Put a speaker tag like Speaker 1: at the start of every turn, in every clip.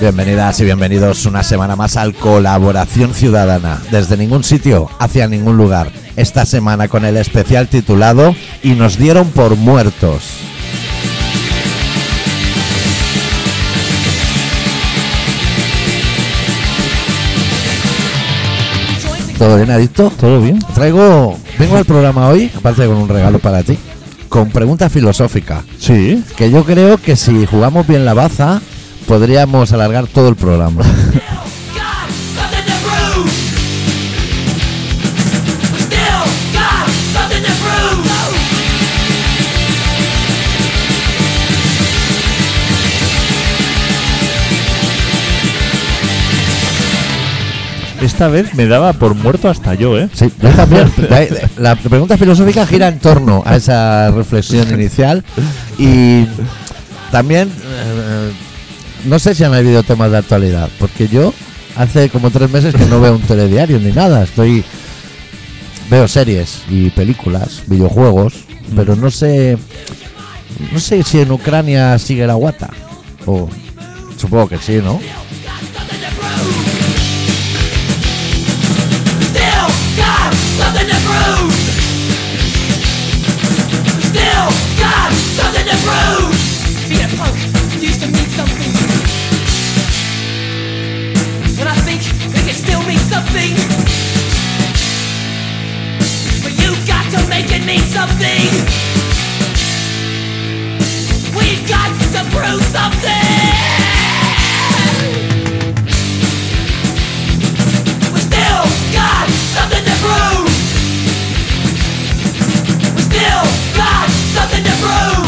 Speaker 1: Bienvenidas y bienvenidos una semana más al Colaboración Ciudadana, desde ningún sitio hacia ningún lugar, esta semana con el especial titulado Y nos dieron por muertos. ¿Todo bien, Adicto?
Speaker 2: ¿Todo bien?
Speaker 1: Traigo, vengo al programa hoy, aparte con un regalo para ti, con pregunta filosófica,
Speaker 2: Sí.
Speaker 1: que yo creo que si jugamos bien la baza, podríamos alargar todo el programa.
Speaker 3: Got something to prove. We still got something to prove.
Speaker 2: Esta vez me daba por muerto hasta yo, ¿eh?
Speaker 1: Sí, yo también. La- La pregunta filosófica gira en torno a esa reflexión inicial y también eh, no sé si han habido temas de actualidad, porque yo hace como tres meses que no veo un telediario ni nada, estoy veo series y películas, videojuegos, pero no sé no sé si en Ucrania sigue la guata o supongo que sí, ¿no?
Speaker 3: Something to prove. Still got something to prove. Still got something to prove. Being a punk used to mean something. When I think it can still mean something. But you got to make it mean something. We've got to prove something. We still got something to prove. We still got something to prove.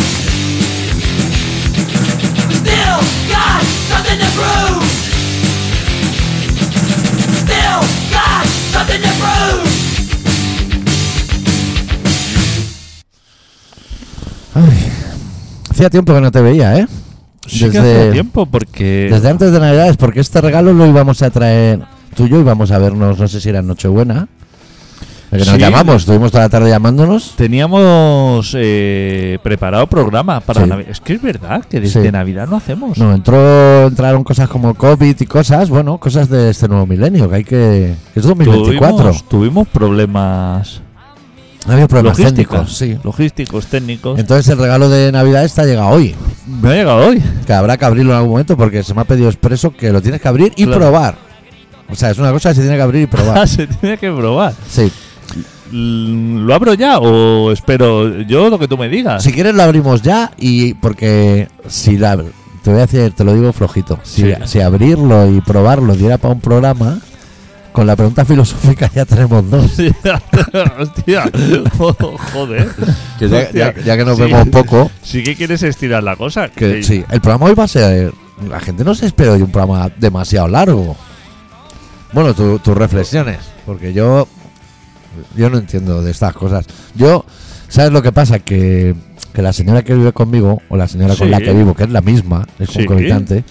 Speaker 3: We still got something to prove. We still got something to prove.
Speaker 1: Hacía tiempo que no te veía, ¿eh?
Speaker 2: Sí que
Speaker 1: Desde-
Speaker 2: hace tiempo porque...
Speaker 1: Desde antes de Navidades, porque este regalo lo íbamos a traer tú y yo, íbamos a vernos, no sé si era Nochebuena. Porque nos
Speaker 2: Sí.
Speaker 1: llamamos, estuvimos toda la tarde llamándonos.
Speaker 2: Teníamos eh, preparado programa para
Speaker 1: Sí.
Speaker 2: Navidad. Es que es verdad que desde
Speaker 1: Sí.
Speaker 2: Navidad no hacemos.
Speaker 1: No, entró, entraron cosas como COVID y cosas, bueno, cosas de este nuevo milenio, que hay que... que es 2024.
Speaker 2: Tuvimos, tuvimos problemas,
Speaker 1: No había problemas técnicos,
Speaker 2: logísticos,
Speaker 1: sí.
Speaker 2: logísticos, técnicos.
Speaker 1: Entonces el regalo de Navidad está llegado hoy,
Speaker 2: Me ha llegado hoy.
Speaker 1: que habrá que abrirlo en algún momento porque se me ha pedido expreso que lo tienes que abrir y
Speaker 2: Claro.
Speaker 1: probar. O sea, es una cosa que se tiene que abrir y probar.
Speaker 2: Se tiene que probar.
Speaker 1: Sí.
Speaker 2: Mm, ¿Lo abro ya o espero yo lo que tú me digas?
Speaker 1: Si quieres lo abrimos ya y porque si la te voy a decir, te lo digo flojito. Si,
Speaker 2: Sí.
Speaker 1: si abrirlo y probarlo diera para un programa, con la pregunta filosófica ya tenemos dos.
Speaker 2: Hostia, jo- joder.
Speaker 1: Que ya, ya-
Speaker 2: Hostia.
Speaker 1: ya que nos
Speaker 2: Sí.
Speaker 1: vemos poco,
Speaker 2: Sí que quieres estirar la cosa.
Speaker 1: que sí, el programa hoy va a ser. La gente no se espera hoy un programa demasiado largo. Bueno, tu- tus reflexiones, porque yo yo no entiendo de estas cosas. Yo, ¿sabes lo que pasa? Que, que la señora que vive conmigo, o la señora con
Speaker 2: Sí.
Speaker 1: la que vivo, que es la misma, es
Speaker 2: Sí.
Speaker 1: concomitante,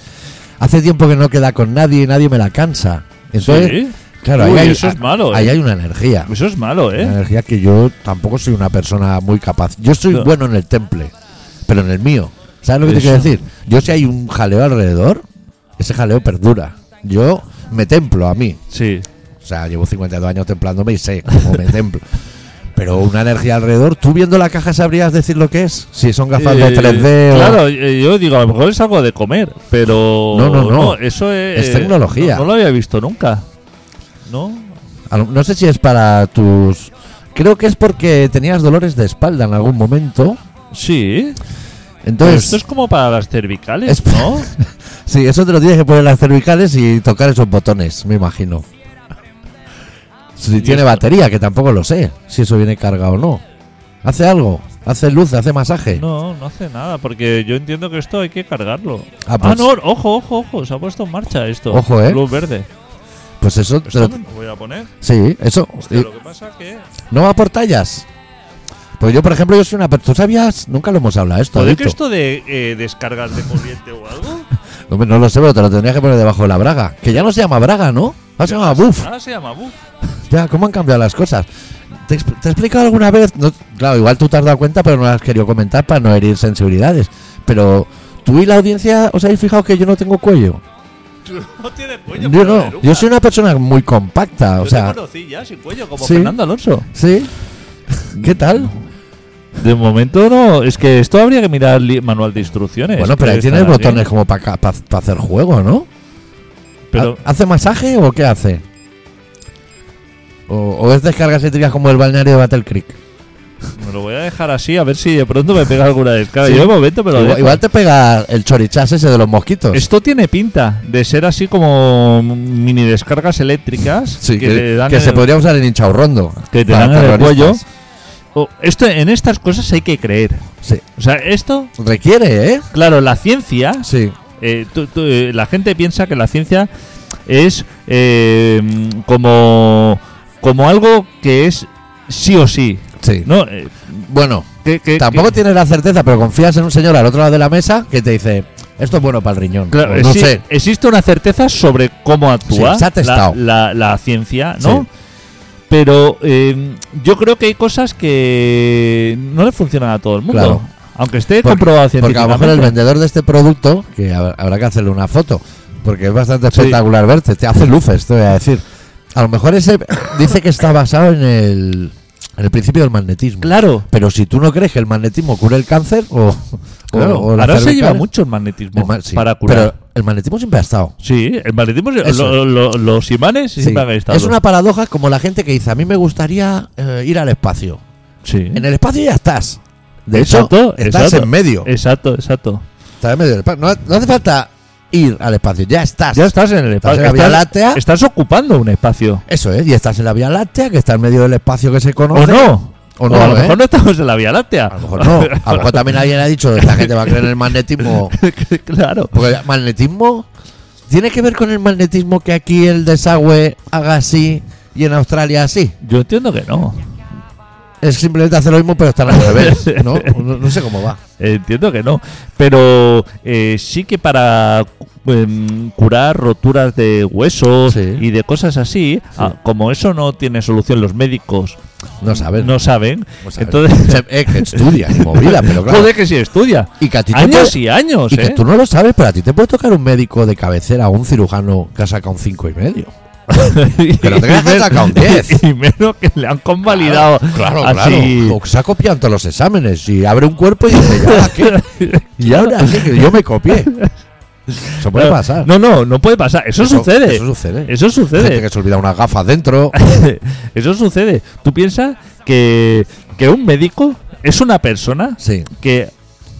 Speaker 1: hace tiempo que no queda con nadie y nadie me la cansa. Entonces,
Speaker 2: Sí.
Speaker 1: claro, ahí,
Speaker 2: Uy,
Speaker 1: hay,
Speaker 2: eso es malo,
Speaker 1: ahí
Speaker 2: ¿eh?
Speaker 1: hay una energía.
Speaker 2: Eso es malo,
Speaker 1: Una
Speaker 2: ¿eh?
Speaker 1: energía que yo tampoco soy una persona muy capaz. Yo soy
Speaker 2: No.
Speaker 1: bueno en el temple, pero en el mío. ¿Sabes lo que te quiero
Speaker 2: Eso.
Speaker 1: decir? Yo si hay un jaleo alrededor, ese jaleo perdura. Yo me templo a mí.
Speaker 2: Sí.
Speaker 1: O sea, llevo 52 años templándome y sé cómo me templo. Pero una energía alrededor, ¿tú viendo la caja sabrías decir lo que es? Si son gafas de
Speaker 2: Eh,
Speaker 1: 3D o...
Speaker 2: Claro, eh, yo digo, a lo mejor es algo de comer, pero.
Speaker 1: No, no, no.
Speaker 2: eso es.
Speaker 1: Es tecnología.
Speaker 2: No, no lo había visto nunca. ¿No?
Speaker 1: A lo- No sé si es para tus... Creo que es porque tenías dolores de espalda en algún momento.
Speaker 2: Sí. Pero
Speaker 1: Entonces...
Speaker 2: Pues esto es como para las cervicales,
Speaker 1: Es-
Speaker 2: ¿no?
Speaker 1: Sí, eso te lo tienes que poner en las cervicales y tocar esos botones, me imagino. Si tiene
Speaker 2: eso.
Speaker 1: batería, que tampoco lo sé, si eso viene cargado o no. ¿Hace algo? ¿Hace luz? ¿Hace masaje?
Speaker 2: No, no hace nada, porque yo entiendo que esto hay que cargarlo.
Speaker 1: Ah,
Speaker 2: Ah,
Speaker 1: pues-
Speaker 2: no, ojo, ojo, ojo, se ha puesto en marcha esto.
Speaker 1: Ojo, ¿eh?
Speaker 2: Luz verde.
Speaker 1: Pues eso. te
Speaker 2: Esto
Speaker 1: lo-
Speaker 2: no lo voy a poner.
Speaker 1: sí, eso.
Speaker 2: Hostia,
Speaker 1: y-
Speaker 2: lo que pasa que...
Speaker 1: ¿No va por tallas? Pues yo, por ejemplo, yo soy una. per- ¿Tú sabías? Nunca lo hemos hablado esto.
Speaker 2: ¿Puede que
Speaker 1: Adito.
Speaker 2: esto de eh, descargas de corriente o algo?
Speaker 1: Hombre, No lo sé, pero te lo tendría que poner debajo de la braga. Que ya no se llama braga, ¿no? Ahora se llama buff.
Speaker 2: Ahora se llama buff.
Speaker 1: Ya, ¿cómo han cambiado las cosas? ¿Te, exp- te he explicado alguna vez? No, claro, igual tú te has dado cuenta, pero no las has querido comentar para no herir sensibilidades. Pero tú y la audiencia os habéis fijado que yo no tengo cuello.
Speaker 2: Tú No tienes cuello.
Speaker 1: Yo
Speaker 2: pero
Speaker 1: no.
Speaker 2: Beruca.
Speaker 1: Yo soy una persona muy compacta,
Speaker 2: Yo
Speaker 1: o
Speaker 2: te
Speaker 1: sea.
Speaker 2: conocí ya sin cuello, como
Speaker 1: Sí.
Speaker 2: Fernando Alonso.
Speaker 1: ¿Sí? ¿Qué
Speaker 2: Mm,
Speaker 1: tal?
Speaker 2: De momento no. Es que esto habría que mirar el manual de instrucciones.
Speaker 1: Bueno, pero
Speaker 2: que
Speaker 1: ahí tienes
Speaker 2: estará
Speaker 1: botones
Speaker 2: bien.
Speaker 1: como para hacer juego, ¿no?
Speaker 2: Pero
Speaker 1: ¿Ha- ¿Hace masaje o qué hace? ¿O, o es descargas eléctricas como el balneario de Battle Creek?
Speaker 2: me lo voy a dejar así a ver si de pronto me pega alguna descarga.
Speaker 1: Sí.
Speaker 2: Yo de momento me lo
Speaker 1: Igual,
Speaker 2: dejo.
Speaker 1: igual te pega el chorichas ese de los mosquitos.
Speaker 2: Esto tiene pinta de ser así como mini descargas eléctricas
Speaker 1: Sí, que,
Speaker 2: que, te dan
Speaker 1: que
Speaker 2: en
Speaker 1: se
Speaker 2: el-
Speaker 1: podría usar en hinchaurrondo.
Speaker 2: que te
Speaker 1: para
Speaker 2: dan en el cuello.
Speaker 1: terroristas.
Speaker 2: Oh, esto, en estas cosas hay que creer.
Speaker 1: Sí.
Speaker 2: O sea, esto,
Speaker 1: Requiere, ¿eh?
Speaker 2: claro, la ciencia
Speaker 1: Sí.
Speaker 2: Eh, tú- tú, eh, la gente piensa que la ciencia es eh, mm, como, como algo que es sí o sí.
Speaker 1: Sí.
Speaker 2: No, Eh,
Speaker 1: Bueno,
Speaker 2: que- que-
Speaker 1: tampoco
Speaker 2: que-
Speaker 1: tienes la certeza, pero confías en un señor al otro lado de la mesa que te dice, esto es bueno para el riñón.
Speaker 2: claro,
Speaker 1: O no
Speaker 2: exi-
Speaker 1: sé.
Speaker 2: Existe una certeza sobre cómo actúa
Speaker 1: Sí, se ha
Speaker 2: la,
Speaker 1: testado.
Speaker 2: la- la ciencia, ¿no?
Speaker 1: Sí.
Speaker 2: Pero eh, yo creo que hay cosas que no le funcionan a todo el mundo.
Speaker 1: Claro.
Speaker 2: Aunque esté
Speaker 1: Por-
Speaker 2: comprobado
Speaker 1: Porque a lo
Speaker 2: científicamente.
Speaker 1: mejor el vendedor de este producto, que hab- habrá que hacerle una foto, porque es bastante
Speaker 2: Sí.
Speaker 1: espectacular verte, te hace luces, te voy a decir. A lo mejor ese dice que está basado en el, en el principio del magnetismo.
Speaker 2: Claro.
Speaker 1: Pero si tú no crees que el magnetismo cura el cáncer o, o-
Speaker 2: claro.
Speaker 1: o la
Speaker 2: Ahora se lleva
Speaker 1: cervical,
Speaker 2: mucho el magnetismo
Speaker 1: el ma- sí,
Speaker 2: para curar.
Speaker 1: Pero el magnetismo siempre ha estado.
Speaker 2: Sí, el magnetismo, lo-
Speaker 1: Eso.
Speaker 2: lo- los imanes
Speaker 1: Sí.
Speaker 2: siempre han estado.
Speaker 1: Es una paradoja como la gente que dice, a mí me gustaría eh, ir al espacio.
Speaker 2: Sí.
Speaker 1: En el espacio ya estás. De
Speaker 2: ¿Eh? Exacto,
Speaker 1: hecho, estás
Speaker 2: exacto.
Speaker 1: en medio.
Speaker 2: Exacto, exacto.
Speaker 1: Estás en medio del espacio. No, no hace falta ir al espacio, ya estás.
Speaker 2: Ya estás en el
Speaker 1: Estás
Speaker 2: espacio.
Speaker 1: en la Vía Láctea.
Speaker 2: estás ocupando un espacio.
Speaker 1: Eso es, y estás en la Vía Láctea, que está en medio del espacio que se
Speaker 2: ¿O
Speaker 1: conoce.
Speaker 2: no?
Speaker 1: O no,
Speaker 2: a lo
Speaker 1: ¿eh?
Speaker 2: mejor no estamos en la Vía Láctea.
Speaker 1: A lo mejor no. Ah. A lo mejor también alguien ha dicho, esta gente va a creer en el magnetismo.
Speaker 2: claro.
Speaker 1: Porque el magnetismo tiene que ver con el magnetismo que aquí el desagüe haga así y en Australia así.
Speaker 2: Yo entiendo que no.
Speaker 1: Es simplemente hacer lo mismo, pero estar al revés. ¿no? No, no sé cómo va.
Speaker 2: Entiendo que no. Pero eh, sí que para em, curar roturas de huesos
Speaker 1: Sí.
Speaker 2: y de cosas así, ah, como eso no tiene solución los médicos,
Speaker 1: No sabes.
Speaker 2: no saben.
Speaker 1: No sabes.
Speaker 2: Entonces,
Speaker 1: Se- eh, que estudia, ni movida, pero claro.
Speaker 2: joder que sí estudia.
Speaker 1: Y que a ti te
Speaker 2: Años
Speaker 1: puede-
Speaker 2: y años,
Speaker 1: y
Speaker 2: ¿eh?
Speaker 1: que tú no lo sabes, pero a ti te puede tocar un médico de cabecera o un cirujano que ha sacado un cinco y medio.
Speaker 2: Que
Speaker 1: Pero te creas que ha sacado un 10.
Speaker 2: Y menos que le han convalidado.
Speaker 1: Claro,
Speaker 2: así.
Speaker 1: claro. O que se ha copiado en todos los exámenes y abre un cuerpo y dice, "Ya, Y ahora sí que yo me copié. Eso puede
Speaker 2: No,
Speaker 1: pasar.
Speaker 2: No, no, no puede pasar. Eso, sucede.
Speaker 1: Eso
Speaker 2: Eso,
Speaker 1: sucede. Gente
Speaker 2: sucede.
Speaker 1: que se olvida unas gafas dentro.
Speaker 2: eso sucede. Tú piensas que, que un médico es una persona
Speaker 1: Sí,
Speaker 2: que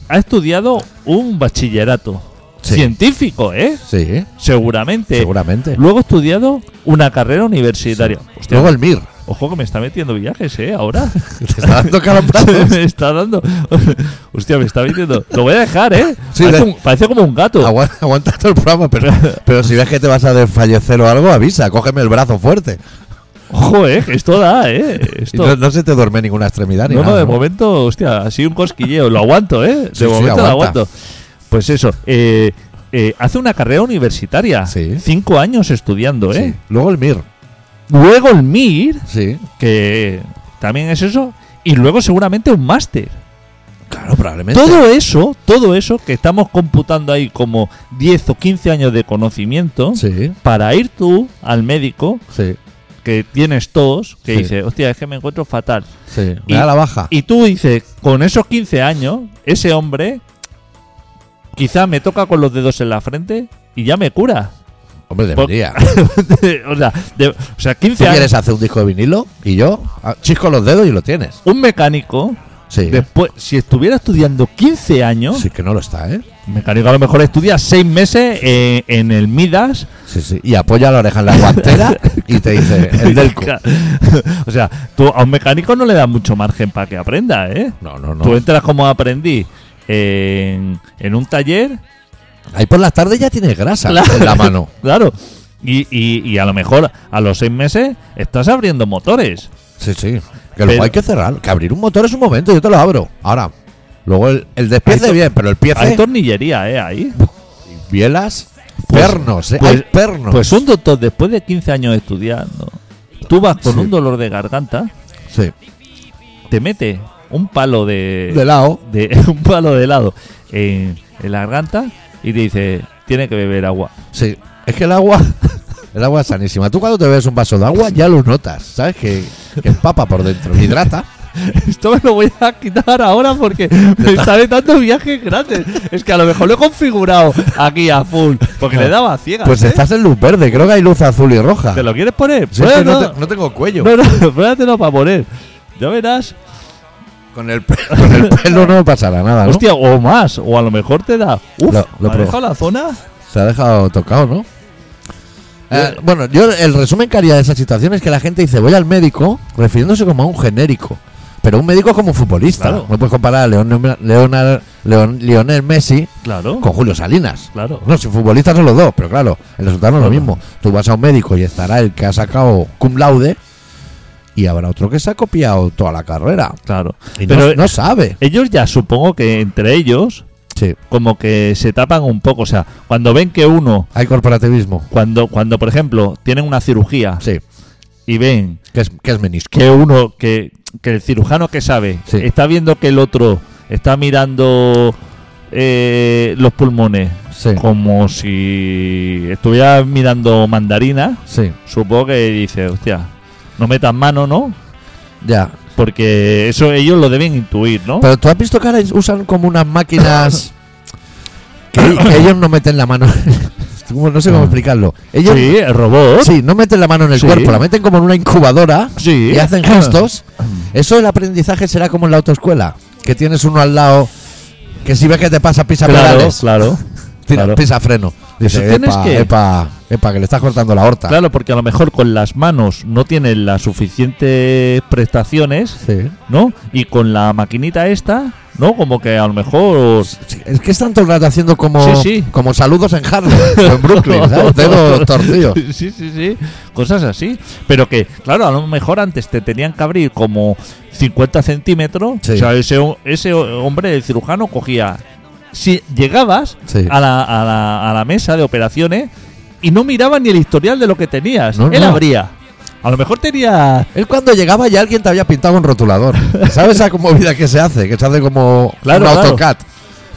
Speaker 2: ha estudiado un bachillerato.
Speaker 1: Sí.
Speaker 2: Científico, ¿eh?
Speaker 1: sí,
Speaker 2: Seguramente.
Speaker 1: seguramente.
Speaker 2: Luego ha estudiado una carrera universitaria. Hostia,
Speaker 1: Luego el MIR.
Speaker 2: ojo que me está metiendo viajes, ¿eh? Ahora.
Speaker 1: Te está dando calambrazos.
Speaker 2: me está dando. Hostia, me está metiendo. Lo voy a dejar, ¿eh?
Speaker 1: Sí,
Speaker 2: parece,
Speaker 1: de-
Speaker 2: un- parece como un gato.
Speaker 1: Agua- aguanta todo el programa, pero, pero si ves que te vas a desfallecer o algo, avisa, cógeme el brazo fuerte.
Speaker 2: Ojo, ¿eh? Que esto da, ¿eh?
Speaker 1: Y
Speaker 2: Esto.
Speaker 1: no, no se te duerme ninguna extremidad ni
Speaker 2: No, no,
Speaker 1: nada,
Speaker 2: de
Speaker 1: ¿no?
Speaker 2: momento, hostia, así un cosquilleo. Lo aguanto, ¿eh? De
Speaker 1: Sí, sí,
Speaker 2: momento lo
Speaker 1: aguanta.
Speaker 2: aguanto. Pues eso, eh, eh, hace una carrera universitaria.
Speaker 1: Sí.
Speaker 2: Cinco años estudiando,
Speaker 1: Sí.
Speaker 2: ¿eh?
Speaker 1: Luego el MIR.
Speaker 2: Luego el MIR,
Speaker 1: Sí.
Speaker 2: que también es eso. Y luego seguramente un máster.
Speaker 1: Claro, probablemente.
Speaker 2: Todo eso, todo eso que estamos computando ahí como 10 o 15 años de conocimiento,
Speaker 1: Sí,
Speaker 2: para ir tú al médico
Speaker 1: sí,
Speaker 2: que tienes todos, que
Speaker 1: Sí.
Speaker 2: dice, hostia, es que me encuentro fatal.
Speaker 1: sí. Me
Speaker 2: Y-
Speaker 1: da la baja.
Speaker 2: Y tú dices, con esos 15 años, ese hombre quizá me toca con los dedos en la frente y ya me cura.
Speaker 1: Hombre,
Speaker 2: por-
Speaker 1: debería.
Speaker 2: o, sea, de- o sea,
Speaker 1: ¿Tú
Speaker 2: 15 años.
Speaker 1: quieres hacer un disco de vinilo? Y yo ah, chisco los dedos y lo tienes.
Speaker 2: Un mecánico
Speaker 1: Sí.
Speaker 2: Después, si estuviera estudiando 15 años,
Speaker 1: Sí, que no lo está, ¿eh?
Speaker 2: mecánico a lo mejor estudia 6 meses eh, en el Midas.
Speaker 1: Sí, sí. Y apoya la oreja en la guantera y te dice, el delco.
Speaker 2: o sea, tú a un mecánico no le das mucho margen para que aprenda, ¿eh?
Speaker 1: No, no,
Speaker 2: Tú
Speaker 1: no.
Speaker 2: entras como aprendí en, en un taller,
Speaker 1: Ahí por las tardes ya tienes grasa en la mano.
Speaker 2: claro. Y, y- y a lo mejor a los 6 meses estás abriendo motores.
Speaker 1: Sí, sí. Que luego
Speaker 2: Pero-
Speaker 1: hay que cerrar. Que abrir un motor es un momento, yo te lo abro. Ahora. Luego el, el despiece
Speaker 2: Hay to-
Speaker 1: bien, pero el
Speaker 2: Hay
Speaker 1: piece,
Speaker 2: tornillería, ¿eh? Ahí.
Speaker 1: bielas,
Speaker 2: Pues-
Speaker 1: pernos, ¿eh?
Speaker 2: pues-
Speaker 1: hay pernos.
Speaker 2: Pues un doctor, después de 15 años estudiando, tú vas con
Speaker 1: Sí.
Speaker 2: un dolor de garganta,
Speaker 1: sí.
Speaker 2: eh, te mete un palo de,
Speaker 1: De lado.
Speaker 2: de- un palo de helado en, en la garganta y te dice, tiene que beber agua.
Speaker 1: Sí, es que el agua, el agua es sanísima. Tú cuando te bebes un vaso de agua ya lo notas, ¿sabes? Que, que empapa por dentro, hidrata.
Speaker 2: Esto me lo voy a quitar ahora porque me está dando viajes grandes. Es que a lo mejor lo he configurado aquí a full, porque le daba a ciegas.
Speaker 1: Pues
Speaker 2: ¿eh?
Speaker 1: estás en luz verde, creo que hay luz azul y roja.
Speaker 2: ¿Te lo quieres poner?
Speaker 1: Sí, es que no,
Speaker 2: Pruébalo.
Speaker 1: te- no tengo cuello.
Speaker 2: no, no, pruébatelo para poner. Ya verás.
Speaker 1: Con, el, pe- con el pelo no pasará nada, ¿no?
Speaker 2: Hostia, o más, o a lo mejor te da.
Speaker 1: Lo- lo
Speaker 2: Uf, ¿me ha
Speaker 1: pruebo.
Speaker 2: dejado la zona?
Speaker 1: Se ha dejado tocado, ¿no? Eh,
Speaker 2: Yo-
Speaker 1: bueno, yo el resumen que haría de esa situación es que la gente dice, voy al médico, refiriéndose como a un genérico. Pero un médico es como un futbolista.
Speaker 2: Claro.
Speaker 1: No puedes comparar a Leon- Leonard- Leon- Lionel Messi
Speaker 2: Claro,
Speaker 1: con Julio Salinas.
Speaker 2: claro.
Speaker 1: No, si futbolistas son los dos, pero claro, el resultado no es lo
Speaker 2: Claro.
Speaker 1: mismo. Tú vas a un médico y estará el que ha sacado cum laude y habrá otro que se ha copiado toda la carrera.
Speaker 2: Claro.
Speaker 1: Y no-
Speaker 2: Pero
Speaker 1: no, sabe.
Speaker 2: ellos ya supongo que entre ellos
Speaker 1: Sí,
Speaker 2: como que se tapan un poco. O sea, cuando ven que uno,
Speaker 1: hay corporativismo.
Speaker 2: cuando, cuando por ejemplo tienen una cirugía
Speaker 1: Sí,
Speaker 2: y ven
Speaker 1: que es, que es menisco.
Speaker 2: que uno, que, que el cirujano que sabe,
Speaker 1: Sí.
Speaker 2: está viendo que el otro está mirando eh, los pulmones
Speaker 1: Sí,
Speaker 2: como si estuviera mirando mandarinas,
Speaker 1: sí,
Speaker 2: supongo que dice, hostia, no metas mano, ¿no?
Speaker 1: ya.
Speaker 2: Porque eso ellos lo deben intuir, ¿no?
Speaker 1: Pero tú has visto que ahora usan como unas máquinas que, que ellos no meten la mano. Como- no sé cómo explicarlo. Ellos
Speaker 2: sí, el robot.
Speaker 1: sí, no meten la mano en el
Speaker 2: Sí.
Speaker 1: cuerpo, la meten como en una incubadora.
Speaker 2: Sí. Ah.
Speaker 1: y hacen gestos. Eso el aprendizaje será como en la autoescuela, que tienes uno al lado que si ves que te pasa pisa
Speaker 2: Claro,
Speaker 1: pedales,
Speaker 2: claro.
Speaker 1: tira-
Speaker 2: claro.
Speaker 1: pisa freno. Dice,
Speaker 2: Eso tienes
Speaker 1: epa,
Speaker 2: que-
Speaker 1: epa, epa, que le estás cortando la horta.
Speaker 2: Claro, porque a lo mejor con las manos no tienen las suficientes prestaciones,
Speaker 1: Sí.
Speaker 2: ¿no? Y con la maquinita esta, ¿no? Como que a lo mejor...
Speaker 1: Sí, Es que están todo el rato haciendo como,
Speaker 2: Sí, sí.
Speaker 1: como saludos en Harlem o en Brooklyn, ¿sabes? Dedos torcidos.
Speaker 2: Sí, sí, sí. Cosas así. Pero que, claro, a lo mejor antes te tenían que abrir como 50 centímetros.
Speaker 1: Sí.
Speaker 2: O sea, ese, ho- ese ho- hombre, el cirujano, cogía... Si llegabas
Speaker 1: Sí.
Speaker 2: a, la, a la- a la mesa de operaciones y no miraba ni el historial de lo que tenías.
Speaker 1: No,
Speaker 2: Él
Speaker 1: no.
Speaker 2: abría. A lo mejor tenía...
Speaker 1: Él cuando llegaba ya alguien te había pintado un rotulador. ¿Sabes esa como vida que se hace? Que se hace como
Speaker 2: Claro,
Speaker 1: un
Speaker 2: claro.
Speaker 1: AutoCAD.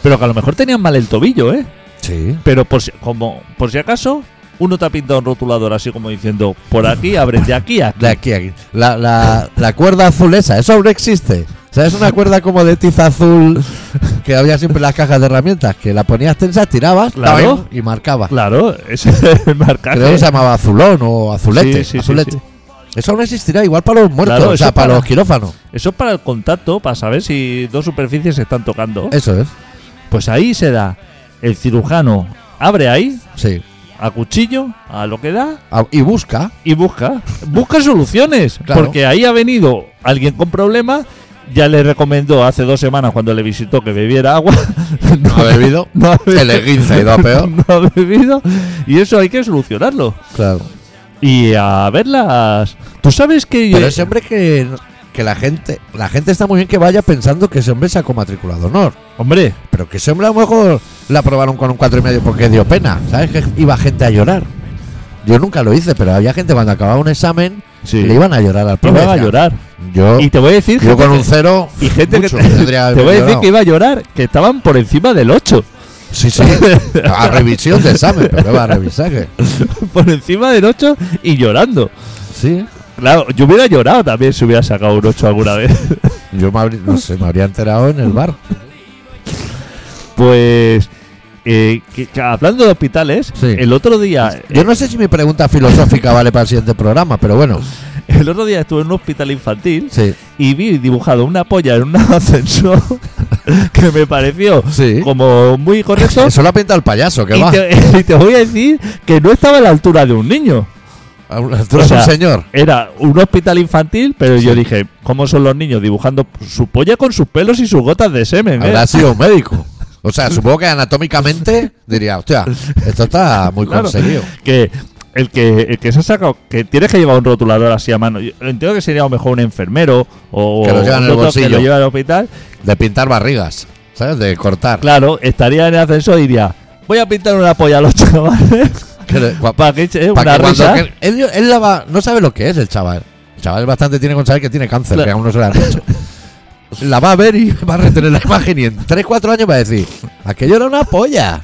Speaker 2: Pero que a lo mejor tenían mal el tobillo, ¿eh?
Speaker 1: Sí.
Speaker 2: Pero por si, como, por si acaso, uno te ha pintado un rotulador así como diciendo, por aquí abres, de aquí a aquí.
Speaker 1: De aquí, a aquí. La, la, la cuerda azul esa, eso aún existe. O sea, es una cuerda como de tiza azul que había siempre en las cajas de herramientas, que la ponías tensa, tirabas
Speaker 2: Claro.
Speaker 1: ¡tabing! y marcaba.
Speaker 2: Claro, ese es el marcaje.
Speaker 1: Creo que se llamaba azulón o azulete.
Speaker 2: Sí, sí, sí,
Speaker 1: azulete.
Speaker 2: sí.
Speaker 1: Eso aún existirá, igual para los muertos,
Speaker 2: Claro,
Speaker 1: o sea,
Speaker 2: eso
Speaker 1: para,
Speaker 2: para-
Speaker 1: los quirófanos.
Speaker 2: Eso es para el contacto, para saber si dos superficies se están tocando.
Speaker 1: Eso es,
Speaker 2: Pues ahí se da. El cirujano abre ahí,
Speaker 1: sí.
Speaker 2: a cuchillo, a lo que da,
Speaker 1: A- Y busca,
Speaker 2: y busca. Busca soluciones.
Speaker 1: Claro.
Speaker 2: Porque ahí ha venido alguien con problemas. Ya le recomendó hace dos semanas cuando le visitó que bebiera agua.
Speaker 1: no ha bebido,
Speaker 2: No ha bebido.
Speaker 1: el esguince ha ido a peor.
Speaker 2: no ha bebido. Y eso hay que solucionarlo.
Speaker 1: Claro.
Speaker 2: Y a verlas. Tú sabes que.
Speaker 1: Pero ese hombre que, que la gente la gente está muy bien que vaya pensando que ese hombre sacó matrícula de honor.
Speaker 2: Hombre,
Speaker 1: Pero que ese hombre a lo mejor la aprobaron con un cuatro y medio porque dio pena. ¿Sabes? Que iba gente a llorar. Yo nunca lo hice, pero había gente cuando acababa un examen
Speaker 2: Sí.
Speaker 1: le iban a llorar al
Speaker 2: no
Speaker 1: profe.
Speaker 2: a
Speaker 1: Decían,
Speaker 2: llorar.
Speaker 1: Yo,
Speaker 2: Y te voy a decir.
Speaker 1: Oh. yo
Speaker 2: gente
Speaker 1: con un
Speaker 2: que-
Speaker 1: cero.
Speaker 2: Y gente
Speaker 1: mucho
Speaker 2: que te,
Speaker 1: tendría
Speaker 2: te voy a decir
Speaker 1: llorado.
Speaker 2: que iba a llorar, que estaban por encima del 8.
Speaker 1: Sí, sí. A revisión de examen, pero que va a revisaje.
Speaker 2: por encima del 8 y llorando.
Speaker 1: Sí.
Speaker 2: Claro, yo hubiera llorado también si hubiera sacado un 8 alguna vez.
Speaker 1: Yo me, habría, no sé, me habría enterado en el bar.
Speaker 2: Pues. eh, que- que hablando de hospitales,
Speaker 1: Sí.
Speaker 2: el otro día
Speaker 1: Yo no sé si mi pregunta filosófica vale para el siguiente programa, pero bueno.
Speaker 2: el otro día estuve en un hospital infantil
Speaker 1: Sí.
Speaker 2: y vi dibujado una polla en un ascensor que me pareció
Speaker 1: Sí.
Speaker 2: como muy correcto.
Speaker 1: Eso lo ha pintado el payaso, que
Speaker 2: Y
Speaker 1: va.
Speaker 2: te, y te voy a decir que no estaba a la altura de un niño.
Speaker 1: A una altura
Speaker 2: O sea,
Speaker 1: es un señor.
Speaker 2: Era un hospital infantil, pero yo dije, ¿cómo son los niños dibujando su polla con sus pelos y sus gotas de semen? eh?
Speaker 1: Habrá sido un médico. O sea, supongo que anatómicamente diría, hostia, esto está muy
Speaker 2: Claro.
Speaker 1: conseguido.
Speaker 2: que el que el que se ha sacado que tienes que llevar un rotulador así a mano yo entiendo que sería a lo mejor un enfermero o
Speaker 1: Que lo lleva en el
Speaker 2: otro que
Speaker 1: bolsillo.
Speaker 2: lo lleva al hospital
Speaker 1: De pintar barrigas, ¿sabes? De cortar.
Speaker 2: claro estaría en el ascensor y diría voy a pintar una polla a los chavales
Speaker 1: Que le- cua-
Speaker 2: para que eche eh,
Speaker 1: pa'
Speaker 2: una
Speaker 1: que cuando-
Speaker 2: risa
Speaker 1: que- él, él la va- no sabe lo que es el chaval. El chaval bastante tiene con saber que tiene cáncer,
Speaker 2: Claro.
Speaker 1: que aún no se lo han hecho. La va a ver y va a retener la imagen y en 3-4 años va a decir, aquello era una polla.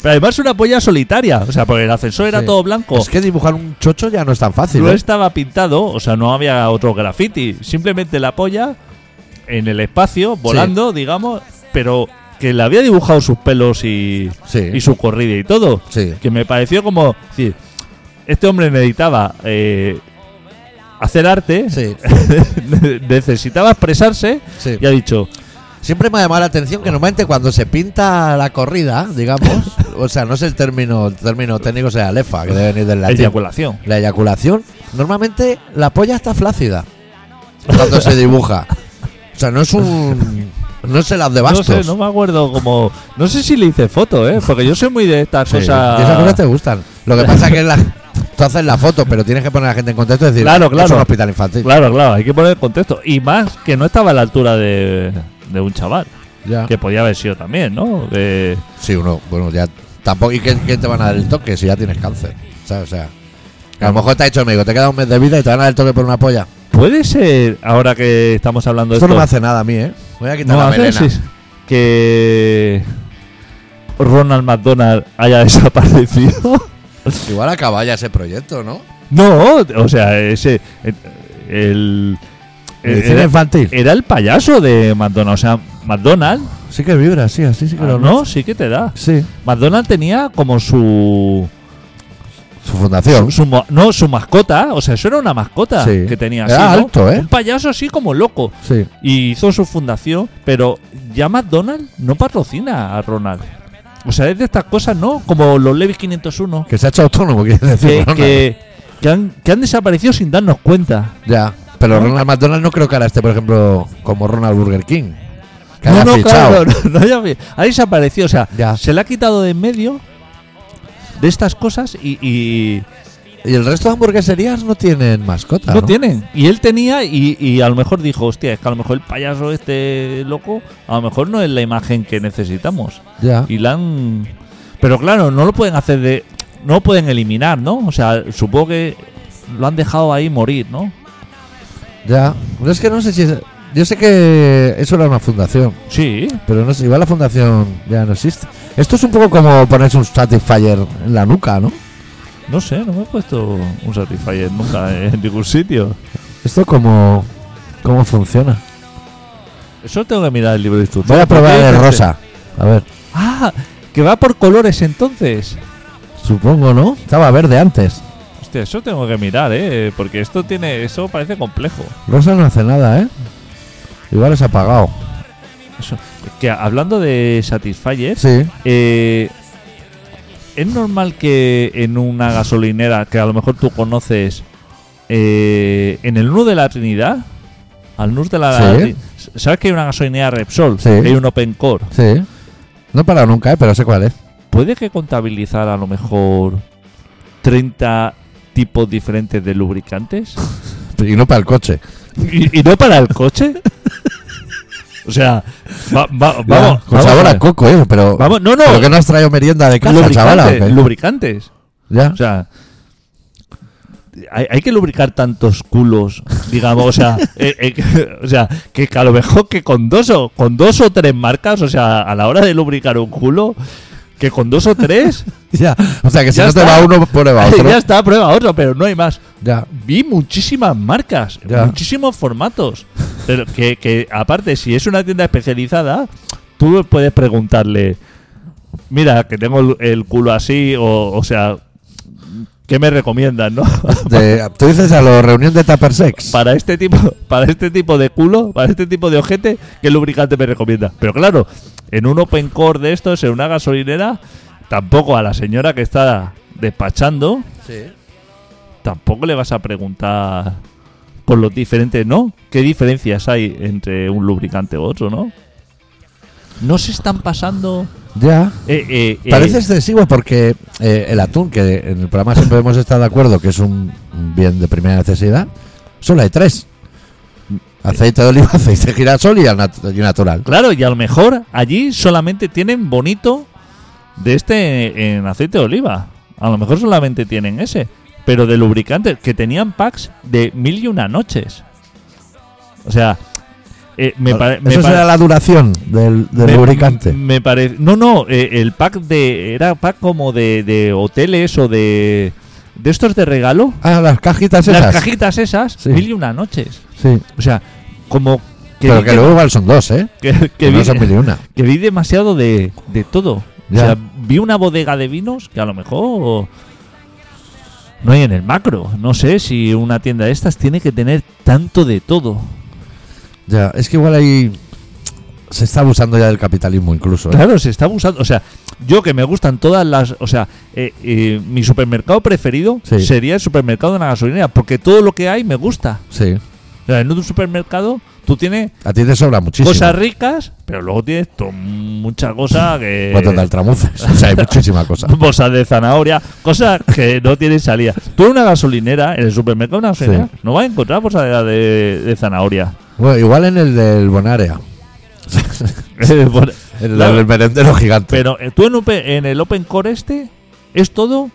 Speaker 2: pero además una polla solitaria o sea porque el ascensor era
Speaker 1: Sí.
Speaker 2: todo blanco
Speaker 1: Es que dibujar un chocho ya no es tan fácil.
Speaker 2: no
Speaker 1: ¿eh?
Speaker 2: estaba pintado o sea no había otro graffiti simplemente la polla en el espacio volando digamos pero que le había dibujado sus pelos y,
Speaker 1: Sí.
Speaker 2: y su corrida y todo
Speaker 1: Sí.
Speaker 2: que me pareció como sí, este hombre necesitaba eh, hacer arte
Speaker 1: Sí.
Speaker 2: ne- necesitaba expresarse
Speaker 1: Sí.
Speaker 2: y ha dicho
Speaker 1: Siempre me ha llamado la atención que normalmente cuando se pinta la corrida, digamos, o sea, no sé el término, el término técnico sea lefa, que debe venir del latín.
Speaker 2: eyaculación
Speaker 1: La eyaculación, normalmente la polla está flácida cuando se dibuja. O sea, no es un. No es el haz de
Speaker 2: no
Speaker 1: bastos.
Speaker 2: sé no me acuerdo como no sé si le hice foto eh porque yo soy muy de estas
Speaker 1: Sí,
Speaker 2: cosas
Speaker 1: y esas cosas te gustan. Lo que pasa que es la. Tú haces la foto, pero tienes que poner a la gente en contexto y decir,
Speaker 2: Claro,
Speaker 1: es
Speaker 2: claro.
Speaker 1: un hospital infantil.
Speaker 2: claro claro hay que poner el contexto y más que no estaba a la altura de, de un chaval
Speaker 1: Ya.
Speaker 2: que podía haber sido también no Eh,
Speaker 1: Sí, uno, bueno, ya tampoco. ¿Y qué, qué te van a dar el toque si ya tienes cáncer? ¿Sabes? O sea, que a lo mejor te ha hecho el médico, te queda un mes de vida y te van a dar el toque por una polla.
Speaker 2: puede ser ahora que estamos hablando de
Speaker 1: Esto
Speaker 2: esto
Speaker 1: no me hace nada a mí, ¿eh? Voy a quitar
Speaker 2: No,
Speaker 1: la
Speaker 2: hace
Speaker 1: melena.
Speaker 2: seis- que Ronald McDonald haya desaparecido.
Speaker 1: Igual acaba ya ese proyecto, ¿no?
Speaker 2: no, o sea, ese eh, el Eh,
Speaker 1: Medicina
Speaker 2: era,
Speaker 1: infantil.
Speaker 2: era el payaso de McDonald, o sea, McDonald,
Speaker 1: Sí que vibra, sí, así sí que lo
Speaker 2: Ah, no, sí que te da.
Speaker 1: Sí.
Speaker 2: McDonald tenía como su,
Speaker 1: Su
Speaker 2: su,
Speaker 1: fundación.
Speaker 2: su mo- no, su mascota, o sea, eso era una mascota
Speaker 1: Sí.
Speaker 2: que tenía así,
Speaker 1: Era
Speaker 2: ¿no?
Speaker 1: alto, ¿eh?
Speaker 2: Un payaso así como loco
Speaker 1: Sí.
Speaker 2: y hizo su fundación, pero ya McDonald's no patrocina a Ronald. O sea, es de estas cosas, ¿no? Como los Levis 501,
Speaker 1: Que se ha hecho autónomo, quieres decir.
Speaker 2: que,
Speaker 1: Ronald.
Speaker 2: que, que han, que han desaparecido sin darnos cuenta.
Speaker 1: Ya. Pero Ronald McDonald no creo que ahora esté, por ejemplo, como Ronald Burger King. Que haya
Speaker 2: no, no,
Speaker 1: fichado.
Speaker 2: claro, no, no haya fi- ha desaparecido, o sea,
Speaker 1: Ya.
Speaker 2: se le ha quitado de en medio de estas cosas y, y
Speaker 1: Y el resto de hamburgueserías no tienen mascota.
Speaker 2: no tienen. Y él tenía, y, y a lo mejor dijo, hostia, es que a lo mejor el payaso este loco, a lo mejor no es la imagen que necesitamos.
Speaker 1: Ya.
Speaker 2: Y la han- Pero claro, no lo pueden hacer de. No lo pueden eliminar, ¿no? O sea, supongo que lo han dejado ahí morir, ¿no?
Speaker 1: Ya. No es que no sé si. es- Yo sé que eso era una fundación.
Speaker 2: Sí.
Speaker 1: Pero no sé, igual la fundación ya no existe. Esto es un poco como ponerse un Satisfyer en la nuca, ¿no?
Speaker 2: No sé, no me he puesto un Satisfyer nunca en ningún sitio.
Speaker 1: Esto como. ¿Cómo funciona?
Speaker 2: Eso tengo que mirar el libro de instrucciones.
Speaker 1: Voy a probar
Speaker 2: Porque hay
Speaker 1: el
Speaker 2: gente-
Speaker 1: rosa. A ver,
Speaker 2: Ah, que va por colores entonces.
Speaker 1: supongo, ¿no? Estaba verde antes.
Speaker 2: Hostia, eso tengo que mirar, ¿eh? Porque esto tiene. Eso parece complejo.
Speaker 1: Rosa no hace nada, ¿eh? Igual es apagado.
Speaker 2: Eso- Que hablando de Satisfyer,
Speaker 1: Sí.
Speaker 2: Eh, ¿Es normal que en una gasolinera que a lo mejor tú conoces, eh, en el NUR de la Trinidad, al NUR de la
Speaker 1: Sí.
Speaker 2: Tri- ¿Sabes que hay una gasolinera Repsol?
Speaker 1: Sí.
Speaker 2: Hay un Open Core.
Speaker 1: Sí. No he parado nunca, ¿eh? Pero sé cuál es.
Speaker 2: ¿Puede que contabilizar a lo mejor 30 tipos diferentes de lubricantes?
Speaker 1: Y no para el coche.
Speaker 2: ¿Y, y no para el coche? O sea, va- va- vamos.
Speaker 1: Ya, Con
Speaker 2: vamos
Speaker 1: sabor
Speaker 2: a
Speaker 1: a
Speaker 2: ver.
Speaker 1: coco, ¿eh? Pero.
Speaker 2: Vamos, no, no.
Speaker 1: Pero que no has traído merienda de casa, chavala. ¿o
Speaker 2: lubricantes,
Speaker 1: qué?
Speaker 2: lubricantes.
Speaker 1: Ya.
Speaker 2: O sea, hay, hay que lubricar tantos culos, digamos, o sea, eh, eh, que- o sea, que, que a lo mejor que con dos o con dos o tres marcas, o sea, a la hora de lubricar un culo, que con dos o tres,
Speaker 1: Ya. O sea, que si
Speaker 2: Ya
Speaker 1: no te
Speaker 2: está.
Speaker 1: va uno, prueba otro.
Speaker 2: ya está, prueba otro, pero no hay más.
Speaker 1: ya.
Speaker 2: Vi muchísimas marcas,
Speaker 1: Ya.
Speaker 2: muchísimos formatos. Pero que, que aparte, si es una tienda especializada, tú puedes preguntarle, mira, que tengo el, el culo así, o, o sea, ¿Qué me recomiendan, no?
Speaker 1: De- tú dices a la reunión de Tupper Sex.
Speaker 2: para este tipo para este tipo de culo, para este tipo de ojete, ¿qué lubricante me recomienda? Pero claro, en un open core de estos, en una gasolinera, tampoco a la señora que está despachando, tampoco le vas a preguntar por los diferentes, ¿no? ¿Qué diferencias hay entre un lubricante u otro, no? No se están pasando...
Speaker 1: Ya.
Speaker 2: Eh, eh, eh,
Speaker 1: Parece excesivo porque eh, el atún, que en el programa siempre hemos estado de acuerdo que es un un bien de primera necesidad, solo hay tres. Aceite de oliva, aceite de girasol y, al nat- y natural.
Speaker 2: Claro, y a lo mejor allí solamente tienen bonito de este en aceite de oliva. A lo mejor solamente tienen ese. Pero de lubricantes, que tenían packs de mil y una noches. O sea, eh, me, pare- me
Speaker 1: Eso
Speaker 2: pare-
Speaker 1: será la duración del, del
Speaker 2: me-
Speaker 1: lubricante.
Speaker 2: Me parece. No, no, eh, el pack de. Era pack como de, de hoteles o de. De estos de regalo.
Speaker 1: Ah, las cajitas esas.
Speaker 2: Las cajitas esas,
Speaker 1: Sí.
Speaker 2: mil y una noches.
Speaker 1: Sí.
Speaker 2: O sea, como. Que
Speaker 1: Pero
Speaker 2: vi
Speaker 1: que luego igual son dos, ¿eh?
Speaker 2: que- que
Speaker 1: Que no
Speaker 2: vi-
Speaker 1: son mil y una.
Speaker 2: que vi demasiado de, de todo.
Speaker 1: Ya.
Speaker 2: O sea, vi una bodega de vinos que a lo mejor no hay en el macro. No sé si una tienda de estas tiene que tener tanto de todo.
Speaker 1: Ya, es que igual ahí se está abusando ya del capitalismo incluso. ¿eh?
Speaker 2: Claro, se está abusando. O sea, yo que me gustan todas las. O sea, eh, eh, mi supermercado preferido
Speaker 1: Sí.
Speaker 2: sería el supermercado de la gasolinera, porque todo lo que hay me gusta.
Speaker 1: Sí.
Speaker 2: O sea, en un supermercado tú tienes
Speaker 1: A ti te sobra muchísimo.
Speaker 2: cosas ricas, pero luego tienes to- mucha cosa que.
Speaker 1: Cuando te altramuces. O sea, hay muchísima cosa.
Speaker 2: bolsas de zanahoria, cosas que no tienen salida. Tú en una gasolinera, en el supermercado de una gasolinera,
Speaker 1: Sí.
Speaker 2: no vas a encontrar bolsas de, de- de zanahoria.
Speaker 1: Bueno, igual en el del Bonaria.
Speaker 2: Por-
Speaker 1: El
Speaker 2: Claro,
Speaker 1: del merendero gigante.
Speaker 2: pero eh, tú en, ope- en el Open Core este, es todo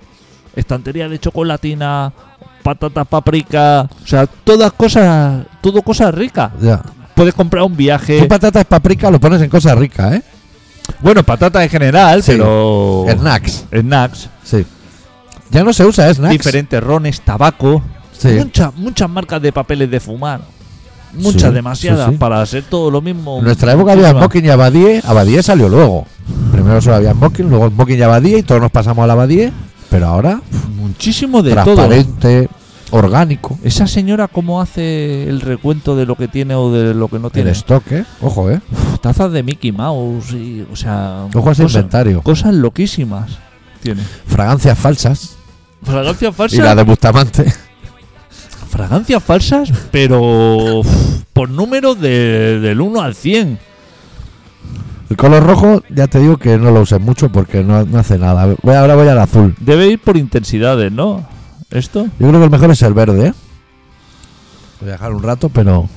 Speaker 2: estantería de chocolatina, patatas paprika, o sea, todas cosas, todo cosas ricas.
Speaker 1: Ya.
Speaker 2: Puedes comprar un viaje.
Speaker 1: Tú patatas paprika lo pones en cosas ricas, ¿eh?
Speaker 2: bueno, patatas en general,
Speaker 1: Sí.
Speaker 2: pero.
Speaker 1: Snacks.
Speaker 2: Snacks.
Speaker 1: Sí. Ya no se usa ¿eh? snacks.
Speaker 2: diferentes rones, tabaco,
Speaker 1: Sí.
Speaker 2: muchas muchas marcas de papeles de fumar, muchas
Speaker 1: Sí,
Speaker 2: demasiadas
Speaker 1: sí, sí.
Speaker 2: para hacer todo lo mismo.
Speaker 1: En nuestra época había
Speaker 2: Muchísimas.
Speaker 1: smoking y abadie. Abadie salió luego. Primero solo había smoking, luego smoking y abadie y todos nos pasamos al abadie. Pero ahora,
Speaker 2: muchísimo de todo.
Speaker 1: transparente, orgánico.
Speaker 2: Esa señora cómo hace el recuento de lo que tiene o de lo que no
Speaker 1: El
Speaker 2: tiene.
Speaker 1: stock, ¿eh? Ojo, ¿eh?
Speaker 2: Uf, Tazas de Mickey Mouse y, o sea,
Speaker 1: Ojo a ese
Speaker 2: cosas,
Speaker 1: inventario.
Speaker 2: cosas loquísimas tiene.
Speaker 1: Fragancias falsas.
Speaker 2: Fragancias
Speaker 1: Y la
Speaker 2: falsas,
Speaker 1: de Bustamante.
Speaker 2: fragancias falsas, pero uf, por número de- del 1 al 100.
Speaker 1: El color rojo, ya te digo que no lo uses mucho porque no, no hace nada. Voy- ahora voy al azul.
Speaker 2: Debe ir por intensidades, ¿no? Esto.
Speaker 1: Yo creo que el mejor es el verde, ¿eh? Voy a dejar un rato, pero.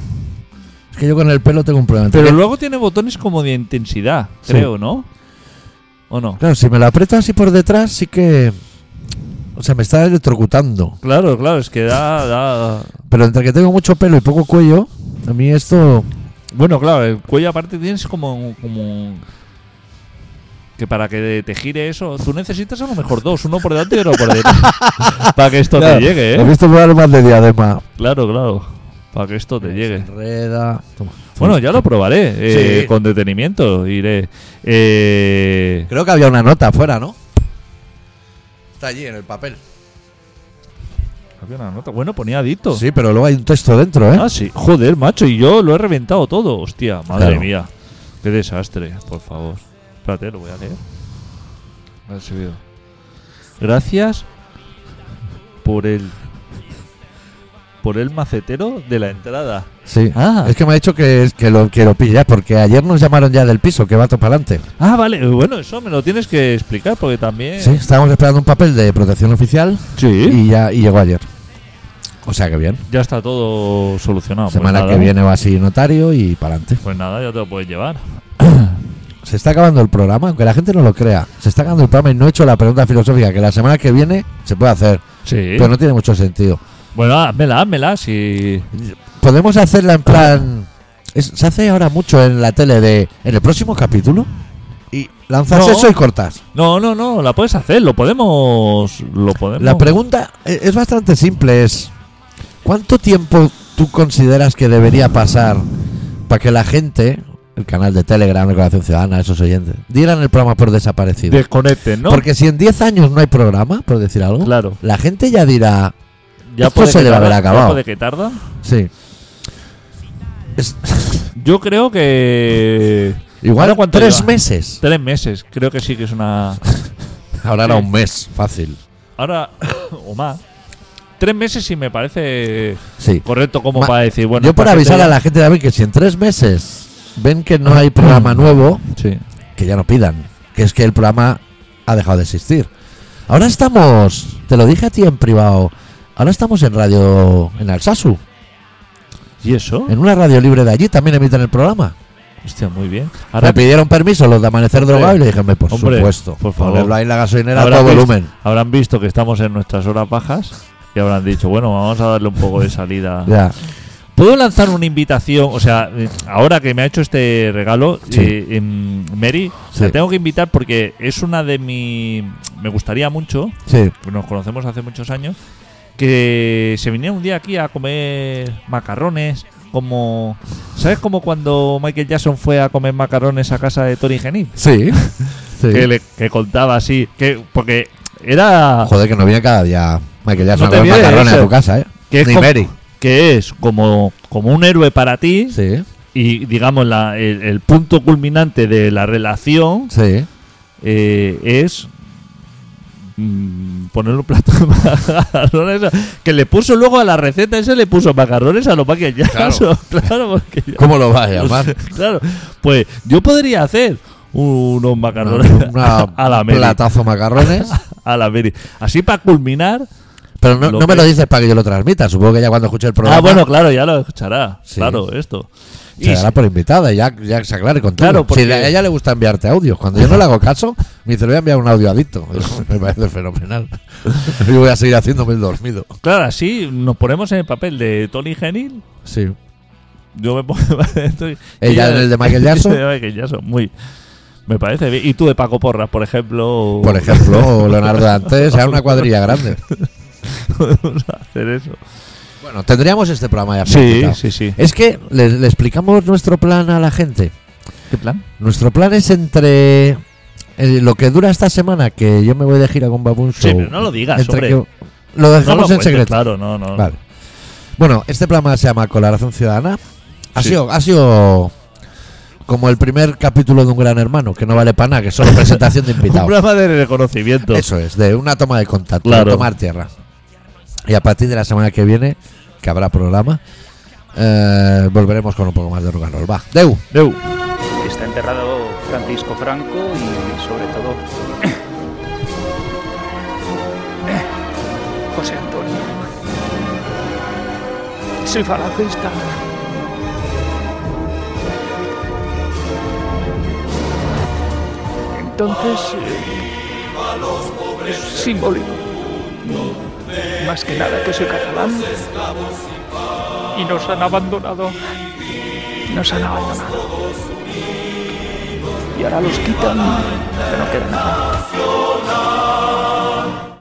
Speaker 1: Es que yo con el pelo tengo un problema.
Speaker 2: Pero
Speaker 1: Que-
Speaker 2: luego tiene botones como de intensidad,
Speaker 1: Sí.
Speaker 2: creo, ¿no? ¿O no?
Speaker 1: Claro, si me lo aprietas así por detrás, sí que. O sea, me está electrocutando.
Speaker 2: Claro, claro, es que da, da-
Speaker 1: Pero entre que tengo mucho pelo y poco cuello, a mí esto.
Speaker 2: Bueno, claro, el cuello aparte tienes como, como... Que para que te gire eso, tú necesitas a lo mejor dos, uno por delante y otro por detrás. para que esto
Speaker 1: Claro,
Speaker 2: te llegue,
Speaker 1: He
Speaker 2: ¿eh?
Speaker 1: visto problemas de diadema.
Speaker 2: Claro, claro. Para que esto te llegue.
Speaker 1: Enreda. Toma.
Speaker 2: Bueno, ya lo probaré eh,
Speaker 1: Sí.
Speaker 2: con detenimiento. Iré. Eh,
Speaker 1: Creo que había una nota afuera, ¿no? Está allí en el papel.
Speaker 2: había una nota. Bueno, ponía adicto.
Speaker 1: Sí, pero luego hay un texto dentro, ¿eh?
Speaker 2: Ah, sí. Joder, macho, y yo lo he reventado todo. Hostia, madre
Speaker 1: Claro.
Speaker 2: mía. Qué desastre, por favor. Espérate, lo voy a leer. Me han subido. Gracias por el. Por el macetero de la entrada.
Speaker 1: Sí.
Speaker 2: Ah.
Speaker 1: Es que me ha dicho que, que, lo, que lo pillas, porque ayer nos llamaron ya del piso, que va todo para adelante.
Speaker 2: Ah, vale. eh, Bueno, eso me lo tienes que explicar porque también.
Speaker 1: Sí, estábamos esperando un papel de protección oficial
Speaker 2: Sí.
Speaker 1: y ya y llegó ayer. O sea que bien.
Speaker 2: Ya está todo solucionado. Pues
Speaker 1: Semana
Speaker 2: nada,
Speaker 1: que viene va así notario y para adelante.
Speaker 2: Pues nada, ya te lo puedes llevar.
Speaker 1: Se está acabando el programa, aunque la gente no lo crea. Se está acabando el programa y no he hecho la pregunta filosófica, que la semana que viene se puede hacer,
Speaker 2: Sí.
Speaker 1: pero no tiene mucho sentido.
Speaker 2: Bueno, házmela, házmela. Si.
Speaker 1: Podemos hacerla en plan... es- se hace ahora mucho en la tele de... En el próximo capítulo y lanzas
Speaker 2: No.
Speaker 1: eso y cortas.
Speaker 2: No, no, no, la puedes hacer, lo podemos. Lo podemos.
Speaker 1: La pregunta e- es bastante simple, es ¿cuánto tiempo tú consideras que debería pasar para que la gente el canal de Telegram, Declaración Ciudadana, esos oyentes, dieran el programa por desaparecido.
Speaker 2: Desconecten, ¿no?
Speaker 1: Porque si en 10 años no hay programa, por decir algo,
Speaker 2: Claro.
Speaker 1: la gente ya dirá,
Speaker 2: ya
Speaker 1: esto se
Speaker 2: que
Speaker 1: debe
Speaker 2: tarda-
Speaker 1: haber
Speaker 2: ya
Speaker 1: acabado.
Speaker 2: puede que tarda.
Speaker 1: sí,
Speaker 2: Yo creo que.
Speaker 1: igual
Speaker 2: ¿Ahora cuánto
Speaker 1: tres
Speaker 2: lleva?
Speaker 1: meses.
Speaker 2: Tres meses, creo que sí que es una.
Speaker 1: Ahora
Speaker 2: Sí.
Speaker 1: era un mes, fácil.
Speaker 2: Ahora, o más. Tres meses sí me parece
Speaker 1: Sí.
Speaker 2: correcto como
Speaker 1: Ma-
Speaker 2: para decir, bueno. pues
Speaker 1: Yo por
Speaker 2: esta gente
Speaker 1: avisar
Speaker 2: ya-
Speaker 1: a la gente David que si en tres meses ven que no hay programa nuevo,
Speaker 2: Sí.
Speaker 1: que ya no pidan, que es que el programa ha dejado de existir. Ahora estamos, te lo dije a ti en privado, ahora estamos en radio en Alsasu,
Speaker 2: ¿Y eso?
Speaker 1: en una radio libre de allí también emiten el programa.
Speaker 2: Hostia, muy bien.
Speaker 1: Me
Speaker 2: Ahora
Speaker 1: pidieron permiso los de Amanecer Drogado y le dije, "Hombre, por
Speaker 2: hombre,
Speaker 1: supuesto,
Speaker 2: por favor.
Speaker 1: ponerlo ahí en la gasolinera a
Speaker 2: habrán
Speaker 1: todo
Speaker 2: visto-
Speaker 1: volumen.
Speaker 2: habrán visto que estamos en nuestras horas bajas y habrán dicho, bueno, vamos a darle un poco de salida.
Speaker 1: Ya.
Speaker 2: ¿Puedo lanzar una invitación? O sea, eh, ahora que me ha hecho este regalo,
Speaker 1: Sí.
Speaker 2: eh, em, Mary, la
Speaker 1: Sí.
Speaker 2: tengo que invitar porque es una de mis... Me gustaría mucho,
Speaker 1: Sí,
Speaker 2: nos conocemos hace muchos años, que se viniera un día aquí a comer macarrones, como... ¿Sabes como cuando Michael Jackson fue a comer macarrones a casa de Tony Genil?
Speaker 1: sí. sí.
Speaker 2: Que, le- que contaba así, que porque era...
Speaker 1: Joder, que no viene cada día Michael Jackson
Speaker 2: No te
Speaker 1: a comer
Speaker 2: viene
Speaker 1: macarrones
Speaker 2: eso.
Speaker 1: a tu casa, ¿eh?
Speaker 2: Que es
Speaker 1: Ni
Speaker 2: como-
Speaker 1: Mary.
Speaker 2: que es como, como un héroe para ti
Speaker 1: Sí,
Speaker 2: y digamos la- el, el punto culminante de la relación
Speaker 1: sí.
Speaker 2: eh, es mm, poner un plato de macarrones que le puso luego a la receta ese le puso macarrones a los Michael Jackson claro, porque yo-
Speaker 1: ¿Cómo lo vas a llamar?
Speaker 2: claro pues yo podría hacer unos macarrones
Speaker 1: Una-
Speaker 2: a la
Speaker 1: un
Speaker 2: Mary
Speaker 1: platazo macarrones.
Speaker 2: a la Mary así para culminar
Speaker 1: Pero no,
Speaker 2: Lo
Speaker 1: no me
Speaker 2: que-
Speaker 1: lo dices para que yo lo transmita. Supongo que ya cuando escuche el programa
Speaker 2: ah bueno claro ya lo escuchará
Speaker 1: Sí.
Speaker 2: claro esto
Speaker 1: se
Speaker 2: Y-
Speaker 1: dará por invitada y ya, ya se aclare contigo.
Speaker 2: Claro, porque-
Speaker 1: Si a ella le gusta enviarte audios. Cuando yo no le hago caso, me dice, le voy a enviar un audio adicto. Eso me parece fenomenal. y voy a seguir haciéndome el dormido.
Speaker 2: Claro, así nos ponemos en el papel de Tony Genil.
Speaker 1: Sí.
Speaker 2: Yo me pongo. estoy-
Speaker 1: Ella en el de Michael Jackson.
Speaker 2: de Michael Jackson, muy. Me parece bien. Y tú de Paco Porras, por ejemplo. o-
Speaker 1: Por ejemplo, o Leonardo Dantes, sea una cuadrilla grande.
Speaker 2: hacer eso.
Speaker 1: Bueno, tendríamos este programa ya
Speaker 2: Sí,
Speaker 1: planificado.
Speaker 2: sí, sí.
Speaker 1: Es que le- le explicamos nuestro plan a la gente.
Speaker 2: ¿Qué plan?
Speaker 1: Nuestro plan es entre eh, lo que dura esta semana, que yo me voy de gira con Baboon
Speaker 2: Sí,
Speaker 1: Show,
Speaker 2: pero no lo digas,
Speaker 1: entre
Speaker 2: hombre.
Speaker 1: que- lo
Speaker 2: No lo
Speaker 1: dejamos en
Speaker 2: cuentes,
Speaker 1: secreto.
Speaker 2: Claro, no, no.
Speaker 1: Vale. Bueno, este programa se llama Colaboración Ciudadana. Ha,
Speaker 2: Sí.
Speaker 1: sido, ha sido como el primer capítulo de un gran hermano, que no vale para nada, que es solo presentación de
Speaker 2: Un
Speaker 1: invitados.
Speaker 2: programa de reconocimiento.
Speaker 1: Eso es, de una toma de contacto,
Speaker 2: Claro.
Speaker 1: de tomar tierra. Y a partir de la semana que viene, que habrá programa, eh, volveremos con un poco más de rock and roll. Va, Deu.
Speaker 2: Deu.
Speaker 4: Está enterrado Francisco Franco y sobre todo José Antonio. Soy falangista. Entonces eh, es simbólico. Más que nada que soy catalán y nos han abandonado. Nos han abandonado y ahora los quitan, ya no queda nada.